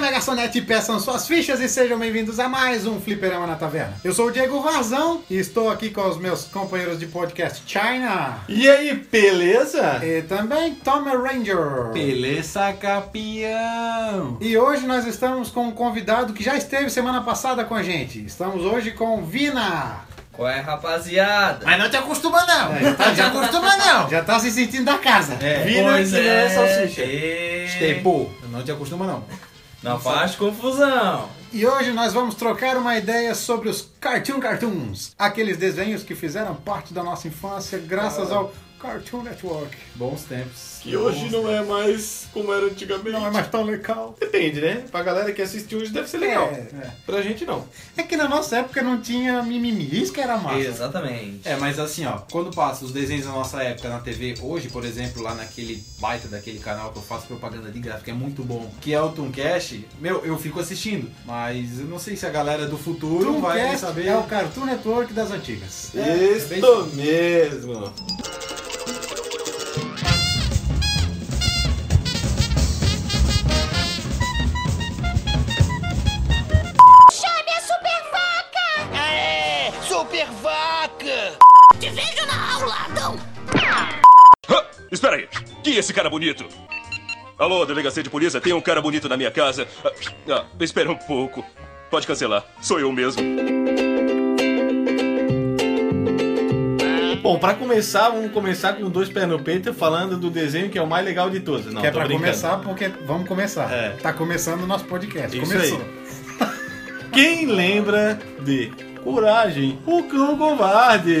Mega Sonete peçam suas fichas e sejam bem-vindos a mais um Fliperama na Taverna. Eu sou o Diego Vazão e estou aqui com os meus companheiros de podcast China E aí, beleza? e também Tomer Ranger. Beleza, campeão! E hoje nós estamos com um convidado que já esteve semana passada com a gente. Estamos hoje com o Vina. É, tá Qual é, rapaziada? Mas não te acostuma não! Não te acostuma não! Já tá se sentindo da casa. Vina Pois que não é salsicha. E- Tempo, não te acostuma não. Não faz confusão. E hoje nós vamos trocar uma ideia sobre os Cartoon Cartoons. Aqueles desenhos que fizeram parte da nossa infância graças Ah. ao Cartoon Network. Bons tempos. Que hoje não é mais como era antigamente. Não é mais tão legal. Depende, né? Pra galera que assistiu hoje deve ser legal. É, Pra gente não. É que na nossa época não tinha mimimi, isso que era massa. Exatamente. É, mas assim, ó, quando passa os desenhos da nossa época na TV hoje, por exemplo, lá naquele baita daquele canal que eu faço propaganda de gráfico, que é muito bom, que é o Tooncast, meu, eu fico assistindo, mas eu não sei se a galera do futuro vai Dreamcast saber. é o Cartoon Network das antigas. é Isso mesmo. Chame a super vaca! Aê, super vaca! Te vejo na aula, Adão! Hã? Espera aí. Quem é esse cara bonito? Alô, delegacia de polícia, tem um cara bonito na minha casa. Ah, ah, espera um pouco. Pode cancelar. Sou eu mesmo. Bom, pra começar, vamos começar com dois pés no peito falando do desenho que é o mais legal de todos. Não, que é tô pra brincando. começar, porque vamos começar. É. Tá começando o nosso podcast. Isso Começou. Quem lembra de Coragem, o cão covarde?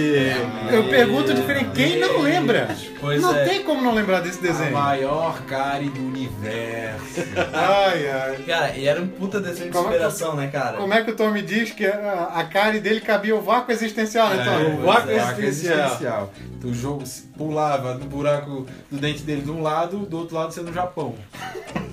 Eu pergunto diferente, quem não lembra? Pois não é. tem como não lembrar desse A desenho. maior cara do universo. Ai, ai. Cara, e era um puta desenho de Como é que- superação, né, cara? Como é que o Tom me diz que a, a cara dele cabia o vácuo existencial, né, Tom? Pois O vácuo é, existencial. O jogo se pulava no buraco do dente dele de um lado, do outro lado sendo o Japão.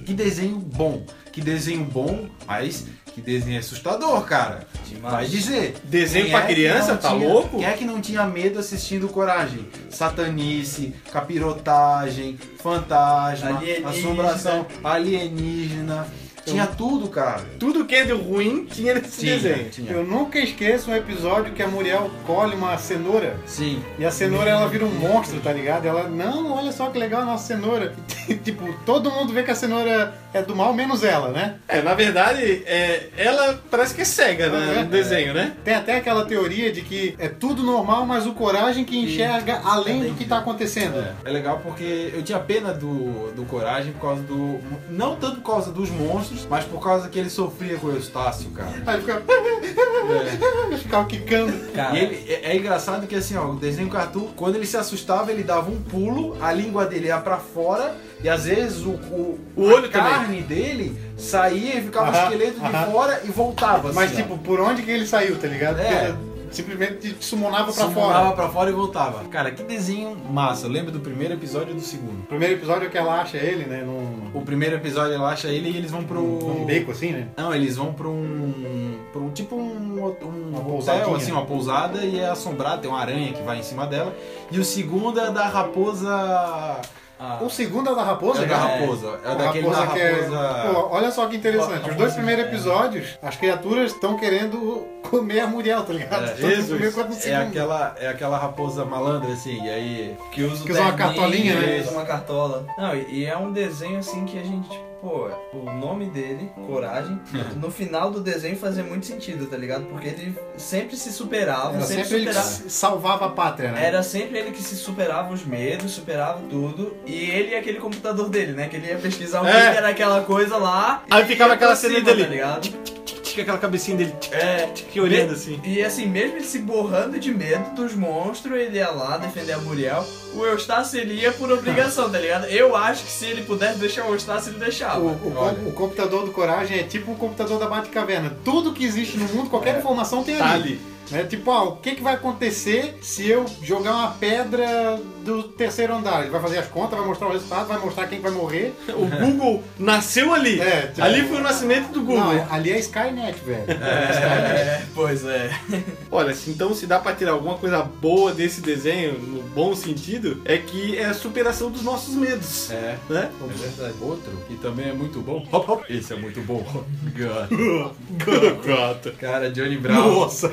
Que desenho bom. Que desenho bom, mas que desenho assustador, cara. Demais. Vai dizer. Desenho Quem pra é que criança, não tá tinha- louco? Quem é que não tinha medo assistindo Coragem? Satanice, capirotagem, fantasma, Alienígena. assombração, alienígena. Tinha tudo, cara. Tudo que é de ruim tinha nesse desenho. Eu nunca esqueço um episódio que a Muriel colhe uma cenoura. Sim. E a cenoura ela vira um monstro, tá ligado? Ela, não, olha só que legal a nossa cenoura. tipo, todo mundo vê que a cenoura é do mal, menos ela, né? É, na verdade, é, ela parece que é cega né, É. no desenho, né? Tem até aquela teoria de que é tudo normal, mas o coragem que enxerga além do que tá acontecendo. É legal porque eu tinha pena do, do Coragem por causa do. Não tanto por causa dos monstros, mas por causa que ele sofria com o Eustácio, cara. Aí fica, É. ficava quicando. Cara, E ele, é, é engraçado que assim, ó, o desenho Cartoon, quando ele se assustava, ele dava um pulo, a língua dele ia pra fora, e às vezes o, o, O olho a também. carne dele saía e ficava Aham, o esqueleto aham. de fora e voltava. Assim, Mas ó. tipo, por onde que ele saiu, tá ligado? É. Porque ele simplesmente te sumonava pra Sumonava fora. pra fora e voltava. Cara, que desenho massa. Eu lembro do primeiro episódio e do segundo. O primeiro episódio é que ela acha ele, né? Num, O primeiro episódio ela acha ele e eles vão pro. Hum, num beco assim, né? Não, eles vão pra um. pra um tipo um, hot- um Uma hotel, pousadinha. assim, uma pousada e é assombrado, tem uma aranha que vai em cima dela. E o segundo é da raposa. O segundo é da raposa, é né? da cara? raposa. É A daquele da raposa que é- raposa. Pô, olha só que interessante. Os dois primeiros episódios, as criaturas estão querendo comer a Muriel, tá ligado? É, Tanto no Jesus. primeiro quanto no É segundo. aquela, é aquela raposa malandra, assim, e aí. que usa o que usa uma terninho, cartolinha, né? Usa uma cartola. Não, e, e é um desenho assim que a gente, tipo, pô, o nome dele, Coragem, no final do desenho fazia muito sentido, tá ligado? Porque ele sempre se superava, Era sempre, sempre ele que superava. s- salvava a pátria, né? Era sempre ele que se superava os medos, superava tudo. E ele e aquele computador dele, né? Que ele ia pesquisar o É. que era aquela coisa lá. Aí e ficava ia pra aquela cena cima, dele. Tá ligado? Tica aquela cabecinha dele, tic, É. tic, olhando assim. E assim, mesmo ele se borrando de medo dos monstros, ele ia lá defender a Muriel. O Eustácio ele ia por obrigação, tá ligado? Eu acho que se ele pudesse deixar o Eustácio, ele O, deixava. o, com- o computador do Coragem é tipo o computador da Batcaverna. Tudo que existe no mundo, qualquer informação tem Tá ali. ali. É tipo, ó, o que, que vai acontecer se eu jogar uma pedra do terceiro andar? Ele vai fazer as contas, vai mostrar o resultado, vai mostrar quem que vai morrer. O Google nasceu ali. É, tipo- ali foi o nascimento do Google. Não, é- ali é Skynet, velho. É, pois é. Olha, se- então se dá pra tirar alguma coisa boa desse desenho, no bom sentido, é que é a superação dos nossos medos. É. Né? É verdade. Outro que também é muito bom. Hop, hop. Esse é muito bom. God. Gata. Cara, Johnny Bravo. Nossa!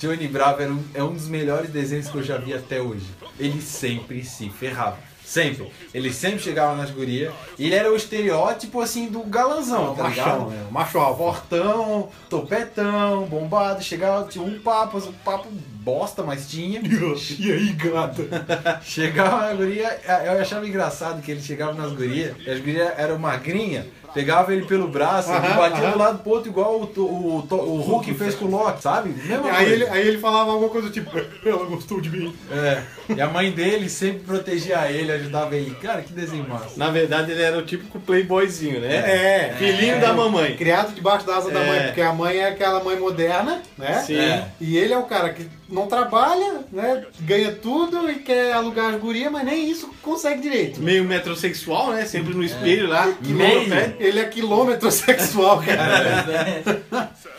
Johnny Bravo era um, é um dos melhores desenhos que eu já vi até hoje. Ele sempre se ferrava. Sempre. Ele sempre chegava nas gurias. E ele era o estereótipo, assim, do galanzão, tá Machão, ligado? né? Macho alfa. Fortão, topetão, bombado. Chegava, tinha um papo, um papo bosta, mas tinha. E aí, gata? Chegava na guria, eu achava engraçado que ele chegava nas gurias, e as gurias eram magrinha, pegava ele pelo braço, Aham, e batia aham. do lado pro outro, igual o, to- o, to- o Hulk fez com o Loki, sabe? Mesma Aí coisa. ele, aí ele falava alguma coisa do tipo, ela gostou de mim. É. E a mãe dele sempre protegia ele, ajudava ele. Cara, que desenho massa. Na verdade, ele era o típico playboyzinho, né? É. Filhinho da mamãe. Criado debaixo da asa da mãe, É. porque a mãe é aquela mãe moderna, né? Sim. É. E ele é o cara que não trabalha, né? Ganha tudo e quer alugar as gurias, mas nem isso consegue direito. Meio metrosexual, né? Sempre no espelho lá. É. Meio. né? Ele é quilômetro sexual, cara. né?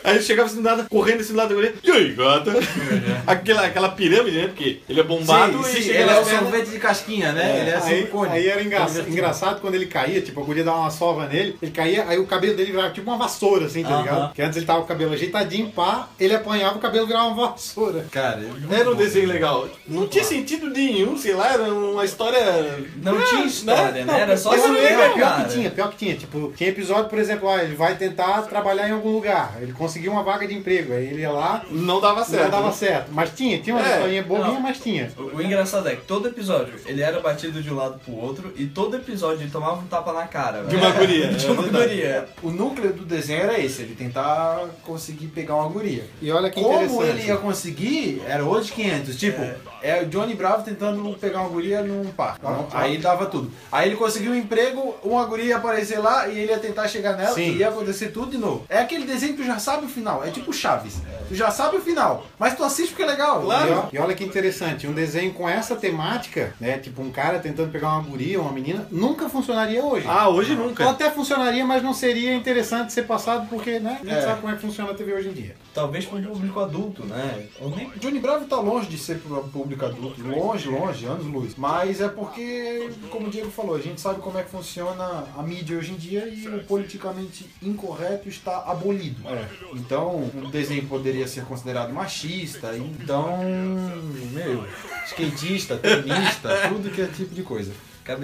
Aí ele chegava assim do nada, correndo assim do lado da mulher. E aí, É, gata? aquela, aquela pirâmide, né? Porque ele é bombado e chega ele nas é o pernas- sorvete de casquinha, né? Ele é assim, aí, silicone. aí era engra- Sorvete. engraçado quando ele caía, tipo, a guria dava uma sova nele, ele caía, aí o cabelo dele virava tipo uma vassoura, assim, tá Aham. ligado? Porque antes ele tava com o cabelo ajeitadinho, pá, ele apanhava o cabelo virava uma vassoura. Cara, Era um desenho legal. Não tinha sentido nenhum, sei lá, era uma história. Não tinha história, né? Era só Mas zoeira, era pior cara. que tinha, pior que tinha. Tipo, tinha episódio, por exemplo, ah, ele vai tentar trabalhar em algum lugar. Ele conseguiu uma vaga de emprego. Aí ele ia lá, Não dava certo. né? não dava certo. Mas tinha, tinha uma É. historinha bobinha, Não. mas tinha. O o engraçado é que todo episódio ele era batido de um lado pro outro e todo episódio ele tomava um tapa na cara. De velho. uma guria. De uma guria. o núcleo do desenho era esse, ele tentar conseguir pegar uma guria. E olha que Como interessante. ele ia conseguir, era outro de 500. Tipo, é. o Johnny Bravo tentando pegar uma guria num parque. Não, aí dava tudo. Aí ele conseguiu um emprego, uma guria ia aparecer lá e ele ia tentar chegar nela Sim. e ia acontecer tudo de novo. É aquele desenho que tu já sabe o final. É tipo Chaves. Tu já sabe o final, mas tu assiste porque é legal. E, ó- e olha que interessante, um desenho com essa temática, né? Tipo, um cara tentando pegar uma guria, uma menina, nunca funcionaria hoje. Ah, hoje Ou nunca. até funcionaria, mas não seria interessante ser passado, porque, né? A gente É. sabe como é que funciona a TV hoje em dia. Talvez pra um público adulto, né? Ou nem- Johnny Bravo tá longe de ser pro público adulto, longe, longe, anos luz. Mas é porque, como o Diego falou, a gente sabe como é que funciona a mídia hoje em dia e o politicamente incorreto está abolido. Então, um desenho poderia ser considerado machista, então, meu, skatista, tenista, tudo que é tipo de coisa.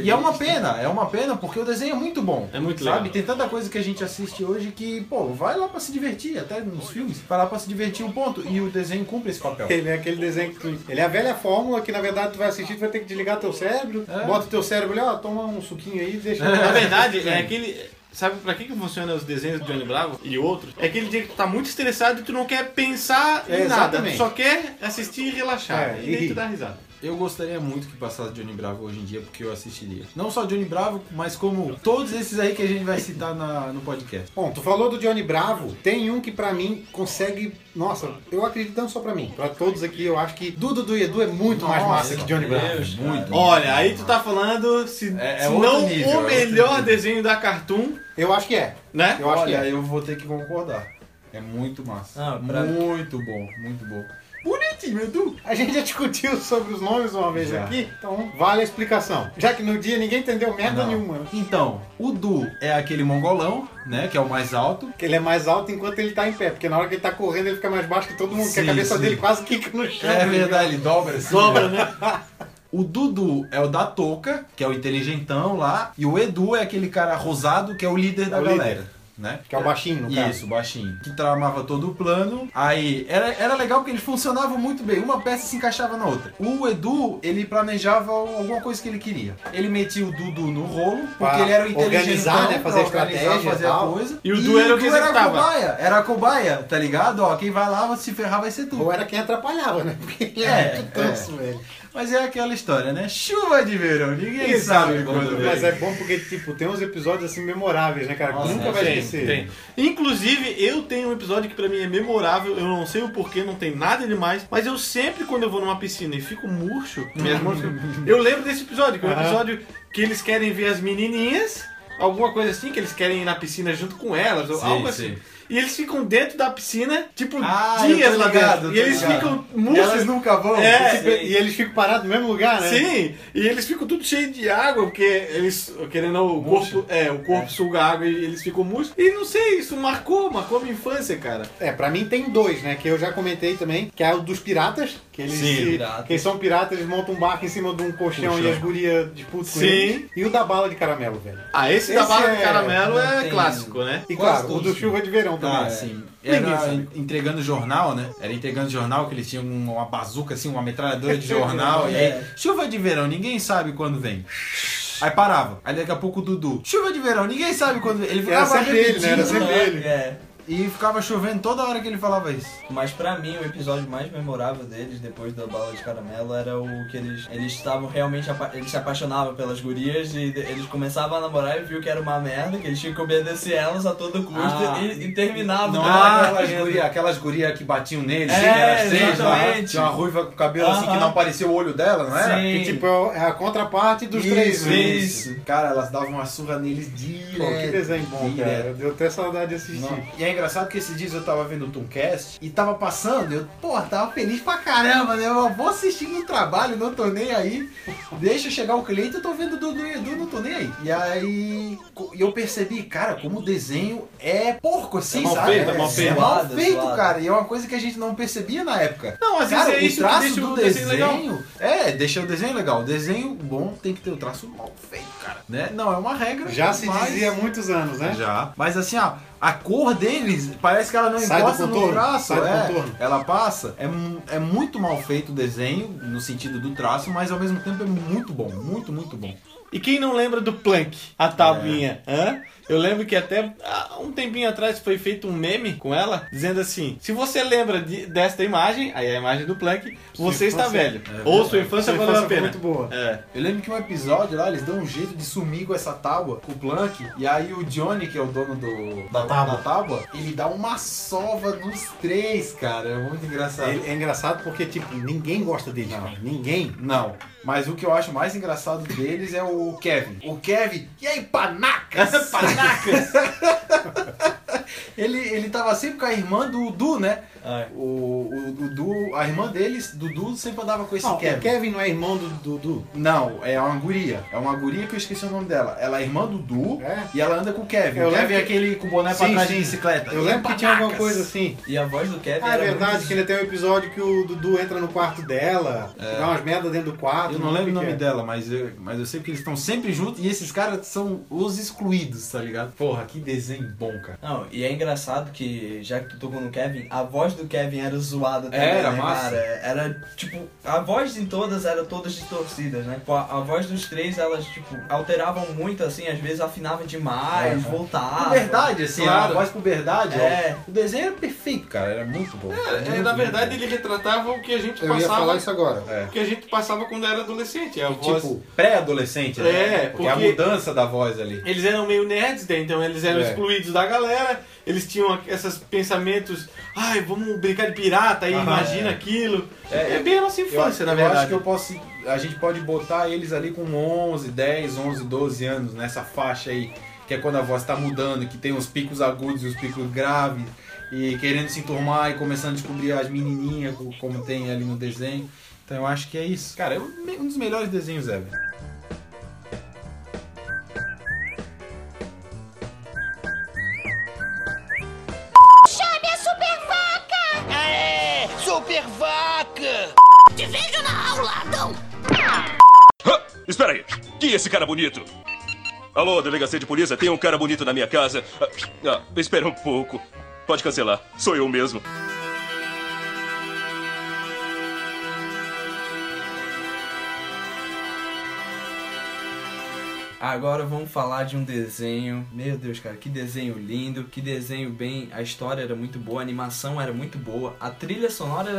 E é uma pena, é uma pena porque o desenho é muito bom. É muito Sabe, legal. tem tanta coisa que a gente assiste hoje que, pô, vai lá pra se divertir, até nos filmes, vai lá pra se divertir um ponto. E o desenho cumpre esse papel. Ele é aquele desenho que tu... Ele é a velha fórmula que, na verdade, tu vai assistir, tu vai ter que desligar teu cérebro, É. bota o teu cérebro ali, ó, toma um suquinho aí, deixa... Na verdade, é aquele. Sabe pra que, que funciona os desenhos do Johnny Bravo e outros? É aquele dia que tu tá muito estressado e tu não quer pensar É, em nada. exatamente. Tu só quer assistir e relaxar. É, e e daí rir. tu dá risada. Eu gostaria muito que passasse Johnny Bravo hoje em dia, porque eu assistiria. Não só Johnny Bravo, mas como todos esses aí que a gente vai citar na- no podcast. Bom, tu falou do Johnny Bravo, tem um que pra mim consegue. Nossa, eu acredito não só pra mim, pra todos aqui, eu acho que Dudu do Edu é muito mais Nossa, massa que Johnny Deus, Bravo. cara. Muito. Olha, aí tu tá falando se, É- é se outro não nível, é o outro melhor nível. desenho da Cartoon, Eu acho que é. né? Eu acho Olha, que é. eu vou ter que concordar. É muito massa. Ah, pra- Muito bom, muito bom. Bonitinho, Edu. A gente já discutiu sobre os nomes uma vez Já. aqui, então vale a explicação. Já que no dia ninguém entendeu merda Não. nenhuma. né? Então, o Du é aquele mongolão, né? Que é o mais alto. Que ele é mais alto enquanto ele tá em pé, porque na hora que ele tá correndo ele fica mais baixo que todo mundo, que a Sim, cabeça sim. dele quase quica no chão. né? É verdade, ele dobra assim. Dobra, né? O Dudu é o da touca, que é o inteligentão lá, e o Edu é aquele cara rosado que é o líder da o líder. galera, né? Que é o baixinho, no caso. Isso, baixinho. Que tramava todo o plano. Aí, era, era legal porque eles funcionavam muito bem. Uma peça se encaixava na outra. O Edu, ele planejava alguma coisa que ele queria. Ele metia o Dudu no rolo, porque Pra ele era o inteligente. organizar, né? Fazer estratégia e fazer tal. a coisa. E o Du era o que era a executava. cobaia. Era a cobaia, tá ligado? Ó, quem vai lá, se ferrar vai ser tu. Ou era quem atrapalhava, né? Porque ele é, É, muito tanso, velho. Mas é aquela história, né? Chuva de verão, ninguém Quem sabe sabe é quando quando vem. Mas é bom porque, tipo, tem uns episódios assim memoráveis, né, cara? Que Nossa, nunca é, vai sim, esse. Tem. Inclusive, eu tenho um episódio que pra mim é memorável, eu não sei o porquê, não tem nada demais, mas eu sempre, quando eu vou numa piscina e fico murcho, minhas mãos ficam- eu lembro desse episódio, que é um Aham. episódio que eles querem ver as menininhas, alguma coisa assim, que eles querem ir na piscina junto com elas, ou Sim, algo sim. assim. E eles ficam dentro da piscina, tipo, Ah, eu dias tô lá ligado, eu dentro. tô E eles ligado. ficam E murchos. elas nunca vão. É, Esse pe- E eles ficam parados no mesmo lugar, né? Sim, e eles ficam tudo cheio de água, porque eles, querendo ou não, o corpo, é, o corpo suga água e eles ficam murchos. E não sei, isso marcou, marcou a minha infância, cara. É, pra mim tem dois, né? Que eu já comentei também, que é o dos piratas, que eles, Sim, se- piratas. que eles são piratas, eles montam um barco em cima de um colchão Puxa. e as gurias disputam com Sim. eles. E o da bala de caramelo, velho. Ah, esse, da Esse barra é- de caramelo não é tem- clássico, né? E Quase claro, o todos, do sim. chuva de verão também. Ah, é. sim. Ninguém Era sabe. entregando jornal, né? Era entregando jornal que eles tinham uma bazuca, assim, uma metralhadora de jornal. e aí, É. chuva de verão, ninguém sabe quando vem. Aí parava. Aí daqui a pouco o Dudu. Chuva de verão, ninguém sabe quando vem. Ele Era ficava É, sempre ele, né? Era repetindo, sempre ele. É. E ficava chovendo toda hora que ele falava isso. Mas pra mim, o episódio mais memorável deles, depois da bala de caramelo, era o que eles eles estavam realmente, apa- eles se apaixonavam pelas gurias e de- eles começavam a namorar e viu que era uma merda, que eles tinham que obedecer elas a todo custo Ah. e, e terminavam. Não Ah. com era aquela aquelas merda. gurias aquelas guria que batiam nele, assim, É, que era seis, lá, exatamente. tinha uma ruiva com o cabelo assim que Aham. não aparecia o olho dela, não era? Sim. Que tipo, é o- é a contraparte dos três, Isso, né? isso. Cara, elas davam uma surra neles direto. Pô, que desenho bom, direto. cara. Deu até saudade de assistir. Não. E é engraçado que esses dias eu tava vendo o Tooncast e tava passando, eu, pô, tava feliz pra caramba, né? Eu vou assistindo no trabalho, não tô nem aí. Deixa chegar o cliente, eu tô vendo Dudu e Edu, não tô nem aí. E aí co- e eu percebi, cara, como o desenho é porco assim, É mal sabe? feito, é é mal feito. mal Zoado, feito, zoado. cara. E é uma coisa que a gente não percebia na época. Não, às Cara, vezes é o isso que traço deixa do o desenho, desenho legal. é, deixa o desenho legal. O desenho bom tem que ter o traço mal feito, cara. Né? Não, é uma regra. Já se mas- dizia há muitos anos, né? já. Mas assim, ó, a cor deles parece que ela não Sai do encosta no contorno, traço. sai do é. contorno. Ela passa. É, mu- é muito mal feito o desenho, no sentido do traço, mas ao mesmo tempo é muito bom. Muito, muito bom. E quem não lembra do Plank, a tabuinha, É. hã? Eu lembro que até há um tempinho atrás foi feito um meme com ela, dizendo assim: se você lembra de- desta imagem, aí é a imagem do Plank, você está infância- É velho. Ou sua infância Sua valeu a infância foi pena. muito boa. É. Eu lembro que um episódio lá, eles dão um jeito de sumir com essa tábua, com o Plank, e aí o Johnny, que é o dono do, da, tábua. ele dá uma sova nos três, cara. É muito engraçado. Ele- É engraçado porque, tipo, ninguém gosta dele, cara. Ninguém. Não, mas o que eu acho mais engraçado deles é o Kevin. O Kevin, e aí, panacas? panacas! ele, ele tava sempre com a irmã do Dudu, né? É. O, o, Dudu, a irmã deles, Dudu, sempre andava com esse Não, Kevin. o Kevin não é irmão do Dudu. Não, é uma guria. É uma guria que eu esqueci o nome dela. Ela é irmã do Dudu É? e ela anda com o Kevin. Eu o Kevin lembro que- é aquele com o boné pra Sim, trás sim. de bicicleta. É. Eu E lembro que tinha alguma panacas. coisa assim. E a voz do Kevin Ah, é era verdade, muito... que ainda tem um episódio que o Dudu entra no quarto dela, dá umas merda dentro do quarto. Eu não lembro sei o nome que é. dela, mas eu, mas eu sei que eles estão sempre juntos e esses caras são os excluídos, tá ligado? Porra, que desenho bom, cara. Não, e é engraçado que, já que tu tocou no Kevin, a voz do Kevin era zoada também, Era, né, massa. cara? Era, tipo, a voz em todas era todas distorcidas, né? Tipo, A, a voz dos três, elas, tipo, alteravam muito, assim, às vezes afinava demais, É, é. voltava. Puberdade, assim, Claro. a voz puberdade. É. ó. O desenho era perfeito, cara, era muito bom. É, na verdade, ele retratava o que a gente Eu ia passava. falar isso agora. O que a gente passava quando era adolescente. A voz... Tipo, pré-adolescente, né? É, porque, a porque- mudança da voz ali. Eles eram meio nerds, né? então eles eram É. excluídos da galera, eles tinham esses pensamentos, ai, vamos brincar de pirata, aí Aham, imagina é. aquilo. É, É, bem a nossa Eu, infância, na eu verdade. acho que eu posso. A gente pode botar eles ali com 11, 10, 11, 12 anos né? nessa faixa aí, que é quando a voz tá mudando, que tem os picos agudos e os picos graves, e querendo se enturmar e começando a descobrir as menininhas, co- como tem ali no desenho. Então eu acho que é isso. Cara, é um um dos melhores desenhos ever. Chame a super vaca! Aê, super vaca! Te vejo na aula, Adão! Ah, espera aí, que esse cara bonito? Alô, delegacia de polícia, tem um cara bonito na minha casa. Ah, ah, espera um pouco. Pode cancelar, sou eu mesmo. Agora vamos falar de um desenho. Meu Deus, cara, que desenho lindo, que desenho bem. A história era muito boa, a animação era muito boa, a trilha sonora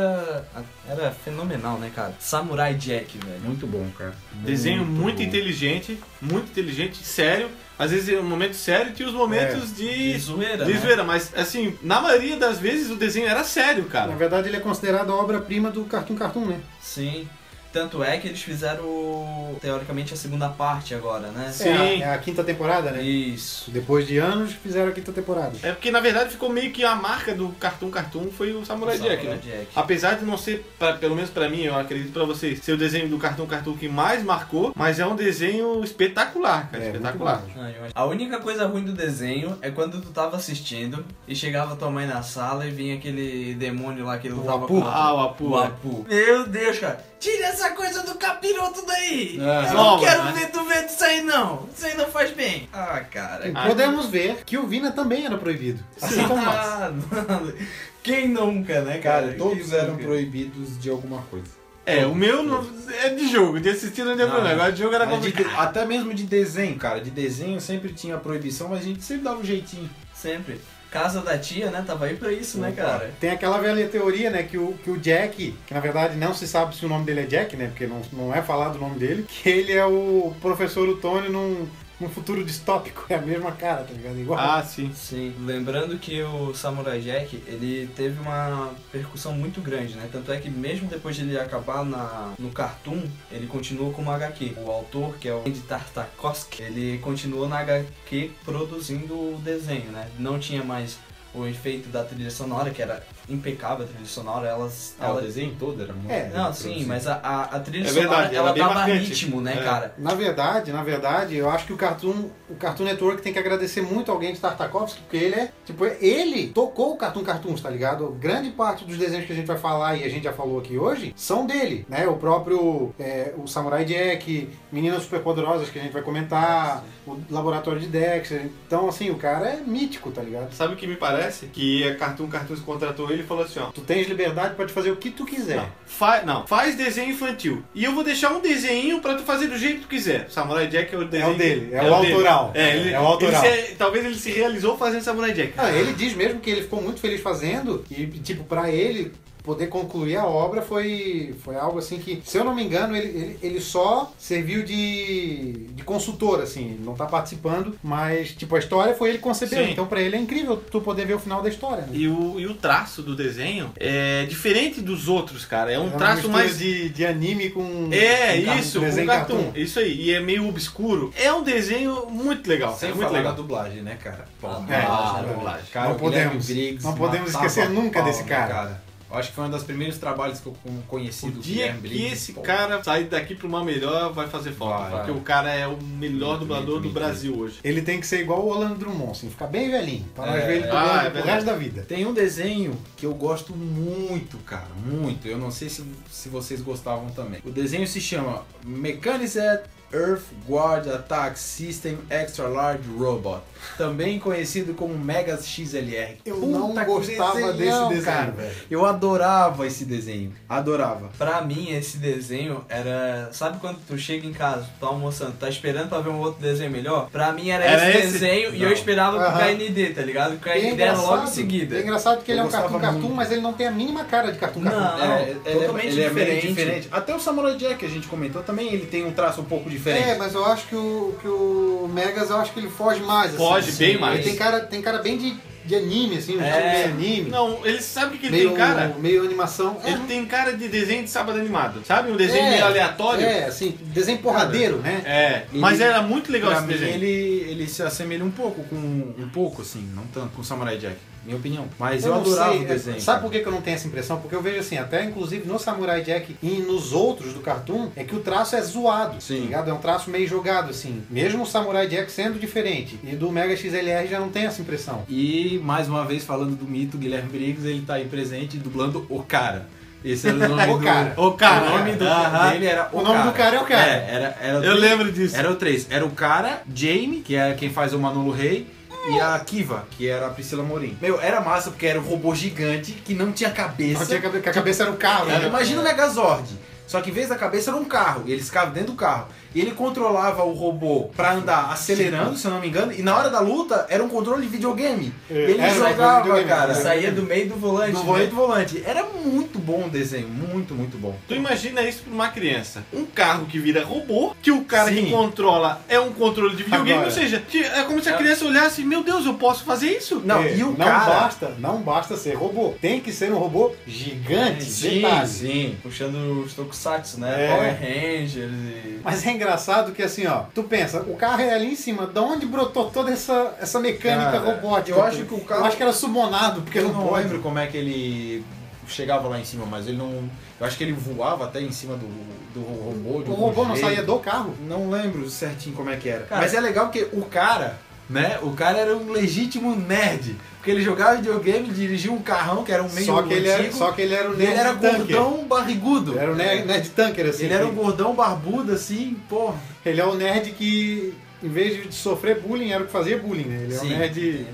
era, era fenomenal, né, cara? Samurai Jack, velho. Muito bom, cara. Desenho muito bom. inteligente, muito inteligente, sério. Às vezes é um momento sério e os É, momentos de, De zoeira, de né? zoeira, mas assim, na maioria das vezes o desenho era sério, Na cara. verdade, ele é considerado a obra-prima do Cartoon Cartoon, né? Sim. Tanto é que eles fizeram, teoricamente, a segunda parte agora, né? Sim. É a, é a quinta temporada, né? Isso. Depois de anos, fizeram a quinta temporada. É porque na verdade ficou meio que a marca do Cartoon Cartoon foi o Samurai, Jack, né? Jack. Ah, Apesar de não ser, pra- pelo menos pra mim, eu acredito pra vocês, ser o desenho do Cartoon Cartoon que mais marcou, mas é um desenho espetacular, cara, É, espetacular. muito Não, eu acho- A única coisa ruim do desenho é quando tu tava assistindo e chegava tua mãe na sala e vinha aquele demônio lá que ele lutava Apu. contra. Ah, o Apu. O Tipo, Apu. Meu Deus, cara. Tira essa coisa do capiroto daí. É. Eu não Toma, quero né? ver tu vendo isso aí, não. Isso aí não faz bem. Ah, cara. Ah. Podemos ver que o Vina também era proibido. Assim como nós. Ah, mano. Quem nunca, né, cara? Cara, todos Quem eram nunca? proibidos de alguma coisa. É, o meu não- é de jogo, de assistir não tem Não, problema, agora de jogo era Mas de- complicado. até mesmo de desenho, cara. De desenho sempre tinha proibição, mas a gente sempre dava um jeitinho. Sempre. Casa da tia, né? Tava aí pra isso, né, Opa. cara? Tem aquela velha teoria, né, que o, que o Jack, que na verdade não se sabe se o nome dele é Jack, né, porque não, não é falado o nome dele, que ele é o professor Tony num, num futuro distópico. É a mesma cara, tá ligado? Igual. Ah, sim. Sim, lembrando que o Samurai Jack, ele teve uma percussão muito grande, né? Tanto é que mesmo depois de ele acabar na, no Cartoon, ele continuou como HQ. O autor, que é o Andy Tartakovsky, ele continuou na HQ produzindo o desenho, né? Não tinha mais o efeito da trilha sonora, que era impecável a trilha sonora, elas... Ah, o ela- desenho todo era muito. É, bem Não, sim, produzido. mas a, a, a trilha É sonora, verdade, ela era bem dava marcante. ritmo, né, É. cara? Na verdade, na verdade, eu acho que o Cartoon, o Cartoon Network tem que agradecer muito alguém de Tartakovsky, porque ele é, tipo, ele tocou o Cartoon Cartoons, tá ligado? Grande parte dos desenhos que a gente vai falar e a gente já falou aqui hoje são dele, né? O próprio é, o Samurai Jack, Meninas Superpoderosas que a gente vai comentar, o Laboratório de Dexter. Então, assim, o cara é mítico, tá ligado? Sabe o que me parece? Que a Cartoon Cartoons contratou ele e falou assim, ó. Tu tens liberdade pra te fazer o que tu quiser. Não, fa- não, faz desenho infantil. E eu vou deixar um desenho pra tu fazer do jeito que tu quiser. Samurai Jack é o desenho. o dele, é o dele. autoral. É, ele, É o autoral. ele se- talvez ele se realizou fazendo Samurai Jack. Ah, ele diz mesmo que ele ficou muito feliz fazendo e, tipo, pra ele poder concluir a obra foi, foi algo assim que, se eu não me engano, ele, ele, ele só serviu de, de consultor, assim, ele não tá participando, mas, tipo, a história foi ele que concebeu, Sim. então pra ele é incrível tu poder ver o final da história, né? E um o, e o traço do desenho é diferente dos outros, cara. É um É uma traço mistura mais de, de anime com... É, com car- isso, desenho um cartoon. Isso aí, e é meio obscuro. É um desenho muito legal, Sem é muito falar legal. da dublagem, né, cara? Pô, Ah, É, dublagem, né? é, dublagem. é. Cara, Não o Guilherme podemos- Briggs não podemos matava esquecer nunca pau, desse né, cara. Eu acho que foi um dos primeiros trabalhos que eu con- conheci O do dia Guilherme que Briggs, esse pô. cara sair daqui pra uma melhor vai fazer falta, Vai. porque o cara é o melhor Muito, dublador muito, do muito. Brasil hoje. Ele tem que ser igual o Orlando Drummond, assim, ficar bem velhinho, pra nós É, ver ele é. dublando Ah, é pro verdade. resto da vida. Tem um desenho que eu gosto muito, cara, muito. Eu não sei se, se vocês gostavam também. O desenho se chama Mechanized Earth Guard Attack System Extra Large Robot, também conhecido como Mega XLR. Eu Puta não que gostava desenhão, desse desenho, cara. velho. Eu adorava esse desenho, adorava. Pra mim, esse desenho era. Sabe quando tu chega em casa, tu tá almoçando, tá esperando pra ver um outro desenho melhor? Pra mim era, Era esse, esse? desenho e Não. eu esperava pro Aham. KND, tá ligado? O E é KND era logo em engraçado- É seguida. engraçado que ele Eu é um cartoon gostava cartoon, muito. mas ele não tem a mínima cara de cartoon cartoon. Não, é. É, totalmente meio diferente. Até o Samurai Jack que a gente comentou também, ele tem um traço um pouco diferente. É, mas eu acho que o, que o Megas, eu acho que ele foge mais. assim. Foge Assim, bem ele mais. Tem cara, tem cara bem de, de anime, assim, um É. estilo de anime. Não, ele sabe o que ele meio, tem cara. meio animação. É, Ele tem cara de desenho de sábado animado, sabe? Um desenho É, meio aleatório. É, assim, desenho porradeiro, né? É, mas Ele- era muito legal pra esse mim, desenho. ele, ele se assemelha um pouco com. Um pouco, assim, não tanto com o Samurai Jack, minha opinião. Mas eu, não adorava sei, é, o desenho. Sabe cara. por que que eu não tenho essa impressão? Porque eu vejo assim, até inclusive no Samurai Jack e nos outros do cartoon, é que o traço é zoado, Sim. tá ligado? É um traço meio jogado, assim. Mesmo o Samurai Jack sendo diferente. E do Mega XLR já não tem essa impressão. E mais uma vez falando do mito, Guilherme Briggs, ele tá aí presente dublando o cara. Esse era o nome O do cara. O cara, O nome do aham. dele era o, O nome do cara é o cara. É, era, era Eu três- lembro disso. Era o três. Era o cara, Jamie, que é quem faz o Manolo Rei, e a Kiva, que era a Priscila Morim. Meu, era massa porque era um robô gigante que não tinha cabeça. é Não tinha cabe- que a cabeça era o carro, Cara, né? Imagina o Megazord. Só que em vez da cabeça era um carro, e ele ficava dentro do carro. E ele controlava o robô pra andar acelerando, se eu não me engano, e na hora da luta era um controle de videogame. era Ele um controle de jogava, videogame, cara. né? Saía do meio do volante. Do né? volante do volante. Era muito bom o desenho, muito, muito bom. Tu imagina isso pra uma criança. Um carro que vira robô, que o cara Sim. que controla é um controle de videogame, Agora. ou seja, que é como se a criança olhasse, meu Deus, eu posso fazer isso? Não, É, e o não cara. basta, não basta ser robô. Tem que ser um robô gigante, É, Sim, detalhe. sim. Puxando os tokusatsu, né? É. Power Rangers e. Mas é engraçado que assim, ó, tu pensa, o carro é ali em cima, da onde brotou toda essa, essa mecânica Cara, robótica? eu acho que o carro- Eu acho que era sumonado, porque Eu não, não pode. lembro como é que ele chegava lá em cima, mas ele não. Eu acho que ele voava até em cima do, do robô. de O algum robô não jeito. saía do carro. Não lembro certinho como é que era. Cara- Mas é legal porque o cara, né? O cara era um legítimo nerd. Porque ele jogava videogame, dirigia um carrão que era um meio Só que, ele era, antigo, só que ele era o e ele nerd era tanker. gordão barrigudo. Era o nerd, nerd tanker, assim. Ele era um que- gordão barbudo, assim, pô. ele é o nerd que, em vez de sofrer bullying, era o que fazia bullying, né? Ele é Sim. um nerd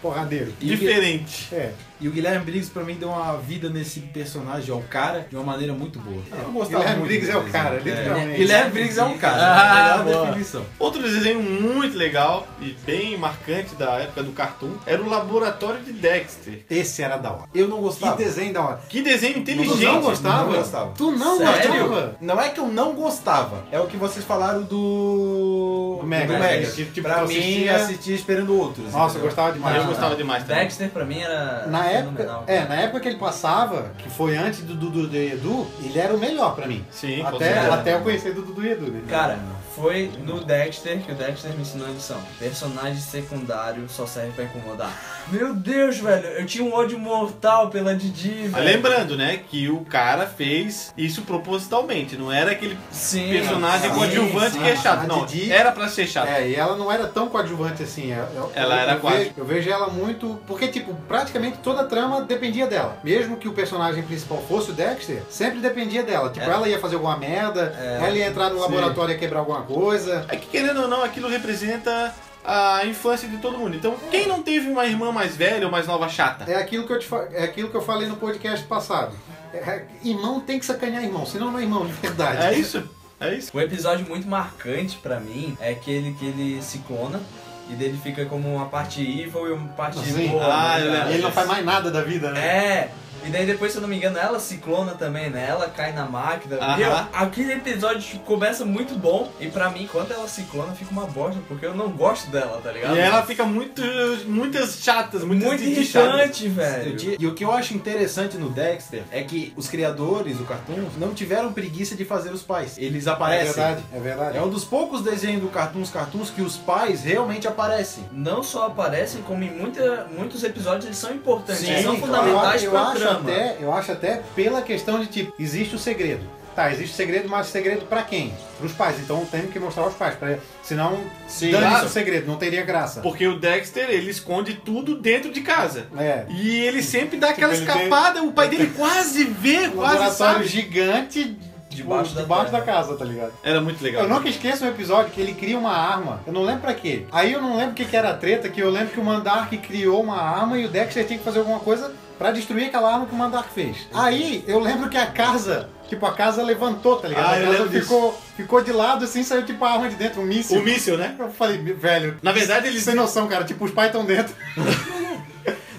porradeiro. E o Gui- Diferente. É. E o Guilherme Briggs, pra mim, deu uma vida nesse personagem, ao cara, de uma maneira muito boa. Eu gostava Guilherme muito Briggs do é o desenho. cara, literalmente. Guilherme Briggs é um cara. Ah, é a melhor boa. definição. Outro desenho muito legal e bem marcante da época do cartoon era o Laboratório de Dexter. Esse era da hora. Eu não gostava. Que desenho da hora. Que desenho Tu inteligente. não gostava? não gostava. Tu não Sério? gostava? Não é que eu não gostava, é o que vocês falaram do. Do né? Mega. Do Mega. Tipo, tipo, pra eu mim, assistia- assistia esperando outros. Nossa, eu entendeu? gostava demais. né? Eu gostava demais também. Dexter pra mim era. Na época, fenomenal. é, na época que ele passava, que foi antes do Dudu e Edu, ele era o melhor pra mim. Sim, com até, certeza. até eu conhecer do Dudu e Edu, né? Cara, foi no Dexter que o Dexter me ensinou a lição. Personagem secundário só serve pra incomodar. Meu Deus, velho, eu tinha um ódio mortal pela Didi, Ah, velho. Lembrando, né, que o cara fez isso propositalmente, não era aquele Sim. personagem É, sim, coadjuvante sim. que é chato, A não. Didi- Era pra ser chato. É, e ela não era tão coadjuvante assim. eu- eu- Ela eu- era eu quase. Vejo, eu vejo ela muito. Porque, tipo, praticamente toda a trama dependia dela. Mesmo que o personagem principal fosse o Dexter, sempre dependia dela. É. Tipo, ela ia fazer alguma merda, ela ia entrar no laboratório e ia quebrar alguma coisa. É que querendo ou não, aquilo representa a infância de todo mundo. Então, quem não teve uma irmã mais velha ou mais nova chata? É aquilo que eu, te fa- é aquilo que eu falei no podcast passado. É, irmão tem que sacanear irmão, senão não é irmão, de verdade. É isso? É isso? Um episódio muito marcante pra mim é aquele que ele se clona e dele fica como uma parte evil e uma parte Sim. boa. Ah, né, cara? eu E Assim? ele não faz mais nada da vida, né? É. E daí depois, se eu não me engano, ela se clona também, né? Ela cai na máquina. Aham. Meu, aquele episódio tipo, começa muito bom. E pra mim, quando ela se clona, fica uma bosta, porque eu não gosto dela, tá ligado? E ela fica muito, muitas chatas, muitas muito Didi chatas. irritante, Eu velho. tinha- E o que eu acho interessante no Dexter é que os criadores do cartoon não tiveram preguiça de fazer os pais. Eles É aparecem. verdade, é verdade. É um dos poucos desenhos do Cartoons Cartoons que os pais realmente aparecem. Não só aparecem, como em muita, muitos episódios eles são importantes, Sim, eles são claro. fundamentais eu, eu pra acho trama. Até, eu acho até pela questão de tipo, existe o segredo. Tá, existe o segredo, mas o segredo pra quem? Pros pais. Então temos que mostrar aos pais. Pra... Senão, Sim. dane-se claro. o segredo, não teria graça. Porque o Dexter, ele esconde tudo dentro de casa. É. E ele sempre dá aquela Tipo, ele tem- escapada, o pai dele quase vê, Um quase laboratório sabe. gigante Debaixo debaixo, da debaixo da terra. casa, tá ligado? Era muito legal. Eu nunca esqueço um episódio que ele cria uma arma. Eu não lembro pra quê. Aí eu não lembro o que, que era a treta, que eu lembro que o Mandark criou uma arma e o Dexter tinha que fazer alguma coisa pra destruir aquela arma que o Mandark fez. Aí eu lembro que a casa, tipo, a casa levantou, tá ligado? Ah, a eu casa lembro disso. ficou, ficou de lado assim, saiu tipo a arma de dentro, um míssil. O míssil, né? Eu falei, velho. Na verdade, eles- Sem noção, cara. Tipo, os pais estão dentro.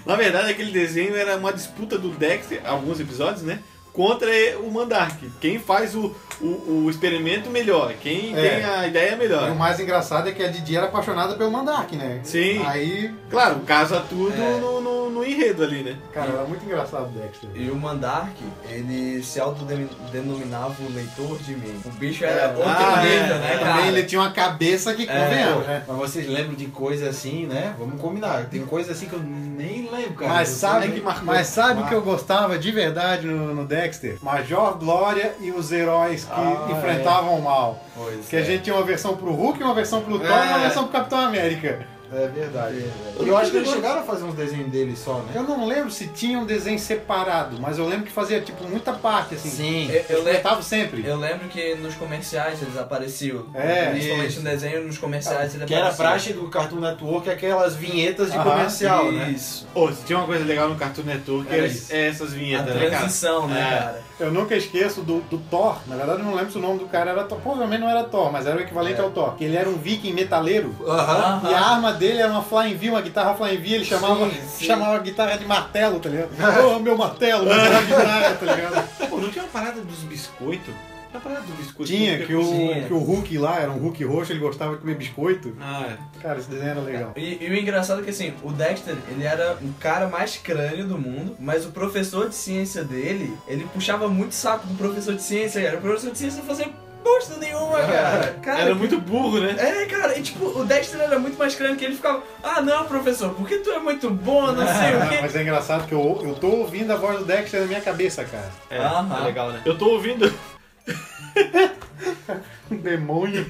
Na verdade, aquele desenho era uma disputa do Dexter, alguns episódios, né? Contra o Mandark. Quem faz o, o, o experimento melhor, quem É. tem a ideia E o melhor. mais engraçado é que a Didi era apaixonada pelo Mandark, né? Sim. Aí, Claro, casa tudo É. no, no, no enredo ali, né? cara, era muito engraçado o Dexter. E o Mandark, ele se autodenominava o leitor de mim. O bicho era outro ah, nível, é, né, é. cara? Também ele tinha uma cabeça que convenhamos, né? Tá Mas vocês lembram de coisa assim, né? Vamos combinar. Tem coisa assim que eu nem lembro, cara. Mas Eu sabe, sei que marcou. mas sabe o que Marcou. eu gostava de verdade no, no Dexter? Major Glória e os heróis que Ah, enfrentavam o mal. Pois Que a é. gente tinha uma versão pro Hulk, uma versão pro Thor É. e uma versão pro Capitão América. É verdade. E eu acho que eles chegaram a fazer uns desenhos deles só, né? Eu não lembro se tinha um desenho separado, mas eu lembro que fazia tipo muita parte assim. Sim. Eu- eu Eu lembro- enfrentava sempre. Eu lembro que nos comerciais eles apareciam. É, Principalmente isso. no desenho, nos comerciais eles Que era a apareciam. praxe do Cartoon Network, aquelas vinhetas de Aham. comercial, né? Isso. Ô, se tinha uma coisa legal no Cartoon Network, Era era isso. é essas A vinhetas, né, cara? transição, né, É. cara? Eu nunca esqueço do, do Thor. Na verdade, eu não lembro se o nome do cara era Thor. Provavelmente não era Thor, mas era o equivalente É. ao Thor. Que ele era um viking metaleiro. Aham. E a arma dele era uma Flying V, uma guitarra Flying V, ele chamava, chamava a guitarra de martelo, tá ligado? oh, meu martelo, meu martelo de praia, tá ligado? Pô, não tinha uma parada dos biscoitos? Tinha uma parada do biscoito. Tinha, que o, Tinha. que o Hulk lá era um Hulk roxo, ele gostava de comer biscoito. Ah, é. Cara, esse desenho era legal. E, e o engraçado é que assim, o Dexter, ele era o cara mais crânio do mundo, mas o professor de ciência dele, ele puxava muito saco do professor de ciência, cara. O professor de ciência não fazia bosta nenhuma, cara. cara Era muito burro, né? É, cara, e tipo, o Dexter era muito mais crânio que ele ficava, ah não, professor, porque tu é muito bom, não sei o Ah, quê. mas é engraçado que eu, eu tô ouvindo a voz do Dexter na minha cabeça, cara. É, Aham. é legal, né? Eu tô ouvindo, Um demônio.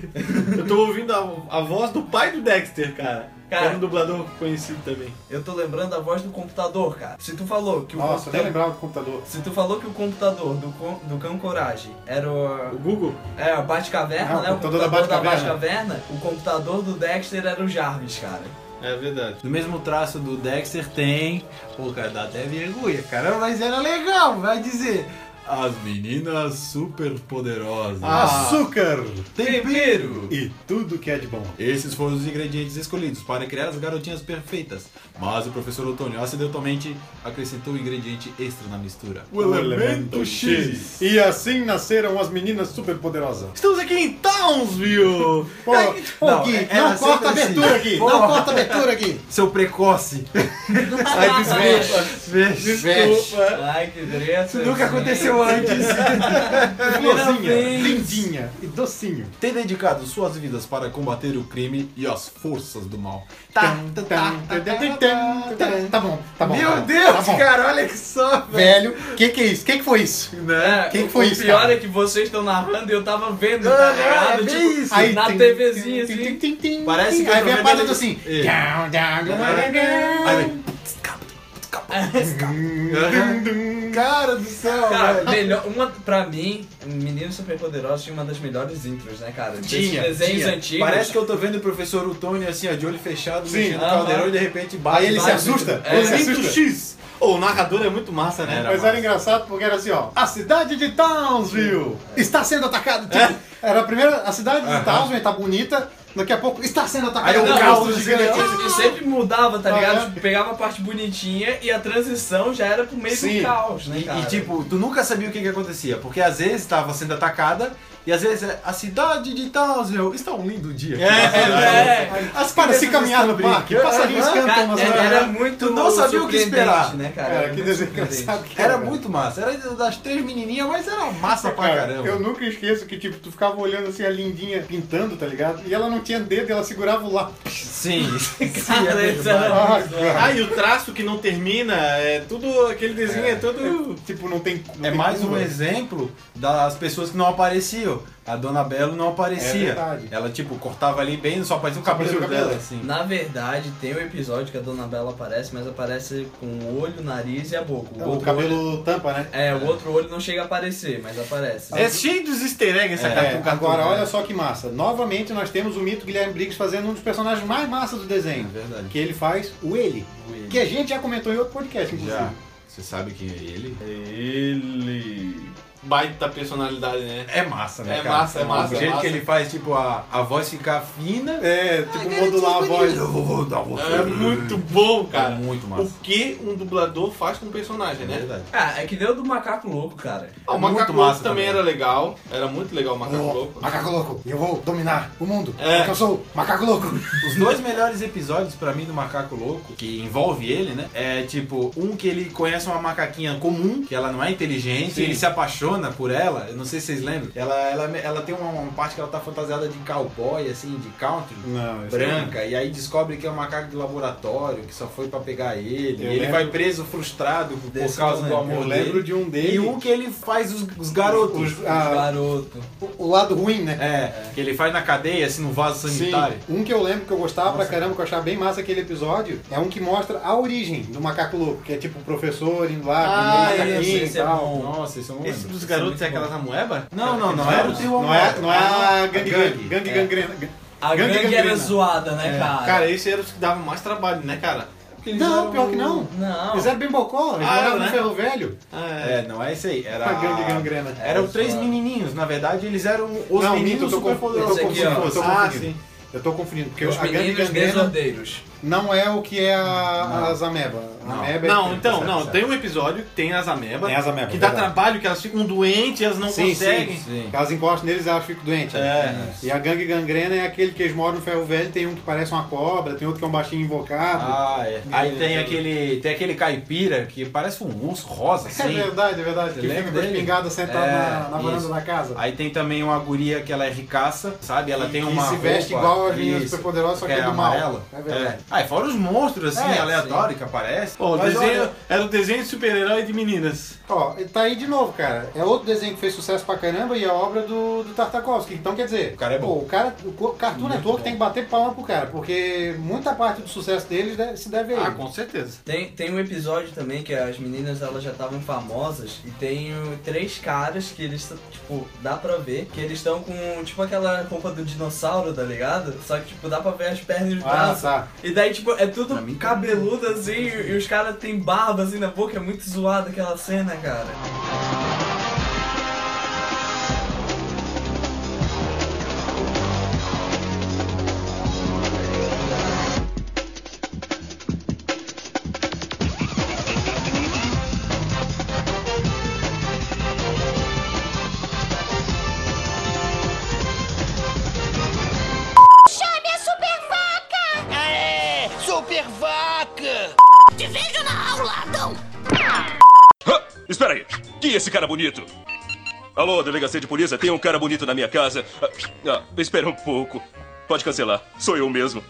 eu tô ouvindo a, a voz do pai do Dexter, cara. Cara. Era um dublador conhecido também. Eu tô lembrando a voz do computador, cara. Se tu falou que o Nossa, eu nem computador... lembrava do computador. Se tu falou que o computador do, com- do Cão Coragem era o, O Google? É, a Batcaverna, Ah, o né? O computador da computador da Batcaverna. Batcaverna. O computador do Dexter era o Jarvis, cara. É verdade. Do mesmo traço do Dexter tem. Pô, cara, dá até vergonha, cara, mas era legal, vai dizer. As meninas super poderosas. Ah. Açúcar tempero! e tudo que é de bom. Esses foram os ingredientes escolhidos para criar as garotinhas perfeitas. Mas o professor Otônio acidentalmente acrescentou um ingrediente extra na mistura. O elemento X. E assim nasceram as meninas superpoderosas. Estamos aqui em Townsville! Pô, pô, Não, Gui, era não é corta a sempre abertura assim. aqui. Pô. Não corta a abertura aqui. Seu precoce! Aí desmexe. Desculpa. Ai, que treta. Isso nunca aconteceu antes! Florzinha, vez. É lindinha e docinho. Tem dedicado suas vidas para combater o crime e as forças do mal. Tam, tam, tam, tam, tam, tam. Tá bom, tá bom. tá Meu bom, Deus, tá bom. cara, olha que só, velho! Velho, que que é isso? Que que foi isso? É, Quem o- foi o isso, pior cara? é que vocês estão narrando e eu tava vendo, Ah, tá ligado? é bem tipo, isso. Aí, na tim, TVzinha, tim, assim. tim, tim, tim, Parece tim. que Aí eu vem tô a parada vendo assim. ele- Down, down, down, Aí down, vem. Cara do céu, Cara, velho! melhor, uma, pra mim, Meninos Superpoderosos tinha uma das melhores intros, né, cara? Desses desenhos antigos. Parece que eu tô vendo o professor Utônio assim, ó, de olho fechado, Sim. mexendo no Aham. caldeirão e de repente bate. Aí ele se bate. assusta. É, Ele se Elemento assusta. X. Ô, o narrador é muito massa, né? Era. Mas era engraçado porque era assim, ó. A cidade de Townsville está sendo atacada. Tipo, É? Era a primeira. A cidade de Townsville tá bonita. Daqui a pouco está sendo atacada. É um Aí o por Não, É um caos monstros do eu, gigantes. eu é sempre mudava, tá Ah, ligado? é? Tipo, pegava a parte bonitinha e a transição já era pro meio Sim. do caos, né, E, cara? e, tipo, tu nunca sabia o que que acontecia, porque às vezes tava sendo atacada e às vezes é, a cidade de Townsville está um lindo dia. é, é. As para se caminhar no parque, passarinhos cantam, mas Cara, era muito. então, Tu não sabia o que surpreendente, esperar. É, né, cara? Cara, Era que muito desenho surpreendente. engraçado que Era muito massa, era das três menininhas, mas era massa pra Cara, caramba. eu nunca esqueço que, tipo, tu ficava olhando assim a lindinha pintando, tá ligado? E ela não tinha dedo, ela segurava o lápis. Sim, sim, é Cara, isso verdade. era muito Ah, e o traço que não termina, é tudo. Aquele desenho é, todo. Tipo, não tem. não É tem mais um curva. exemplo das pessoas que não apareciam. A dona Belo não É aparecia. verdade. ela, tipo, cortava ali bem, só aparecia o Só aparecia o cabelo cabelo. dela, assim. Na verdade, tem um episódio que a Dona Bela aparece, mas aparece com o olho, o nariz e a boca. O Então, O outro olho- cabelo tampa, né? É, o outro olho não chega a aparecer, mas aparece. É cheio dos easter eggs essa É. carta. É, agora, olha só que massa. Novamente, nós temos o mito Guilherme Briggs fazendo um dos personagens mais massas do É desenho. verdade. Que ele faz o ele. Que a gente já comentou em outro podcast, inclusive. Já. Você sabe quem é ele? Ele. Baita personalidade, né? É massa, né? É cara? massa, é massa, O é jeito massa. que ele faz, tipo, a, a voz ficar fina. É, tipo, modular a voz. Eu vou dar você. É muito bom, cara. É muito massa. o que um dublador faz com um personagem, né? verdade. Ah, é que deu do macaco louco, cara. Ah, o É Macaco muito massa Louco também também. era legal. Era muito legal o Macaco Ô, Louco. macaco louco, eu vou dominar o mundo. É. Porque eu sou o macaco louco. Os dois melhores episódios pra mim do Macaco Louco, que envolve ele, né? É tipo, um que ele conhece uma macaquinha comum, que ela não é inteligente, ele se apaixona por ela. Eu não sei se vocês lembram. Ela, ela, ela tem uma, uma parte que ela tá fantasiada de cowboy, assim, de country. Não, esse Branca, e aí descobre que é um macaco de laboratório, que só foi pra pegar ele. Eu e ele lembro- vai preso frustrado por Desse causa eu do não Eu amor lembro dele. de um dele. E um que ele faz os, os garotos. os- ah, Garoto. o lado ruim, né? É, que ele faz na cadeia, assim, no vaso sanitário. Sim. Um que eu lembro que eu gostava pra caramba, que eu achava bem massa aquele episódio, é um que mostra a origem do macaco louco, que é tipo o professor indo lá, Ah, com o macaquinho esse, e esse é tal. bom. assim, Nossa, isso eu não Esse lembro. dos garotos é aquela moeba? Não, não, não era o teu amor. Não é, não é a gangue gangue gangue. gangue, é. gangue gangrena. Gangue A gangue, gangrena. É. era zoada, né, cara? Cara, esse era os que davam mais trabalho, né, cara? eles Não, eram- pior que não. Não. Eles eram bem bocó, eles Ah, moravam né? no ferro velho. Ah, é. É, não é esse aí. Era A grande gangrena. Eram É, três só. menininhos, na verdade, eles eram os Não, minto, eu meninos tô super confundindo. Eu tô Esse aqui, confundindo. ó. Eu tô Ah, confundindo. Eu tô confundindo, porque Os a grande meninos gangrena desordeiros. não é o que é a, as ameba. A Não. ameba é Não, diferente, então, certo, não. certo. Tem um episódio que tem as amebas. Tem as amebas, é Que dá verdade. trabalho, que elas ficam doentes, elas não Sim, conseguem. Sim. Elas encostam neles e elas ficam doentes. né? É. E a gangue gangrena é aquele que eles moram no ferro velho, tem um que parece uma cobra, tem outro que é um baixinho invocado. Ah, é. Aí tem aquele, tem aquele caipira que parece um urso rosa, é assim. verdade, é verdade. Que lembra fica com a dele? espingarda sentado É, na, na varanda isso. da casa. Aí tem também uma guria que ela é ricaça, sabe? Ela tem que uma se veste roupa, igual as meninas isso, superpoderosas, só que, que é é do mal. amarela. É verdade. É. Ah, e fora os monstros, assim, É, aleatórios que aparecem. Pô, o Mas desenho, olha, era o desenho de super-herói de meninas. Ó, e tá aí de novo, cara. É outro desenho que fez sucesso pra caramba e é obra do, do Tartakovsky. Então quer dizer, O cara é bom. pô, o cara, o co- Cartoon Network tem que bater palma pro cara, porque muita parte do sucesso deles de- se deve a ele. Ah, com certeza. Tem, tem um episódio também que as meninas elas já estavam famosas e tem o- três caras que eles, t- tipo, dá pra ver que eles estão com, tipo, aquela roupa do dinossauro, tá ligado? Só que, tipo, dá pra ver as pernas e os ah, braços. tá. E daí, tipo, é tudo Pra mim, tá cabeludo assim e, e os caras têm barba assim na boca. É muito zoado aquela cena, cara. Chame a super vaca! Aê, super vaca! Te vejo na aula, ladrão! Hã? Espera aí. Quem é esse cara bonito? Alô, delegacia de polícia, tem um cara bonito na minha casa. Ah, ah, espera um pouco. Pode cancelar. Sou eu mesmo.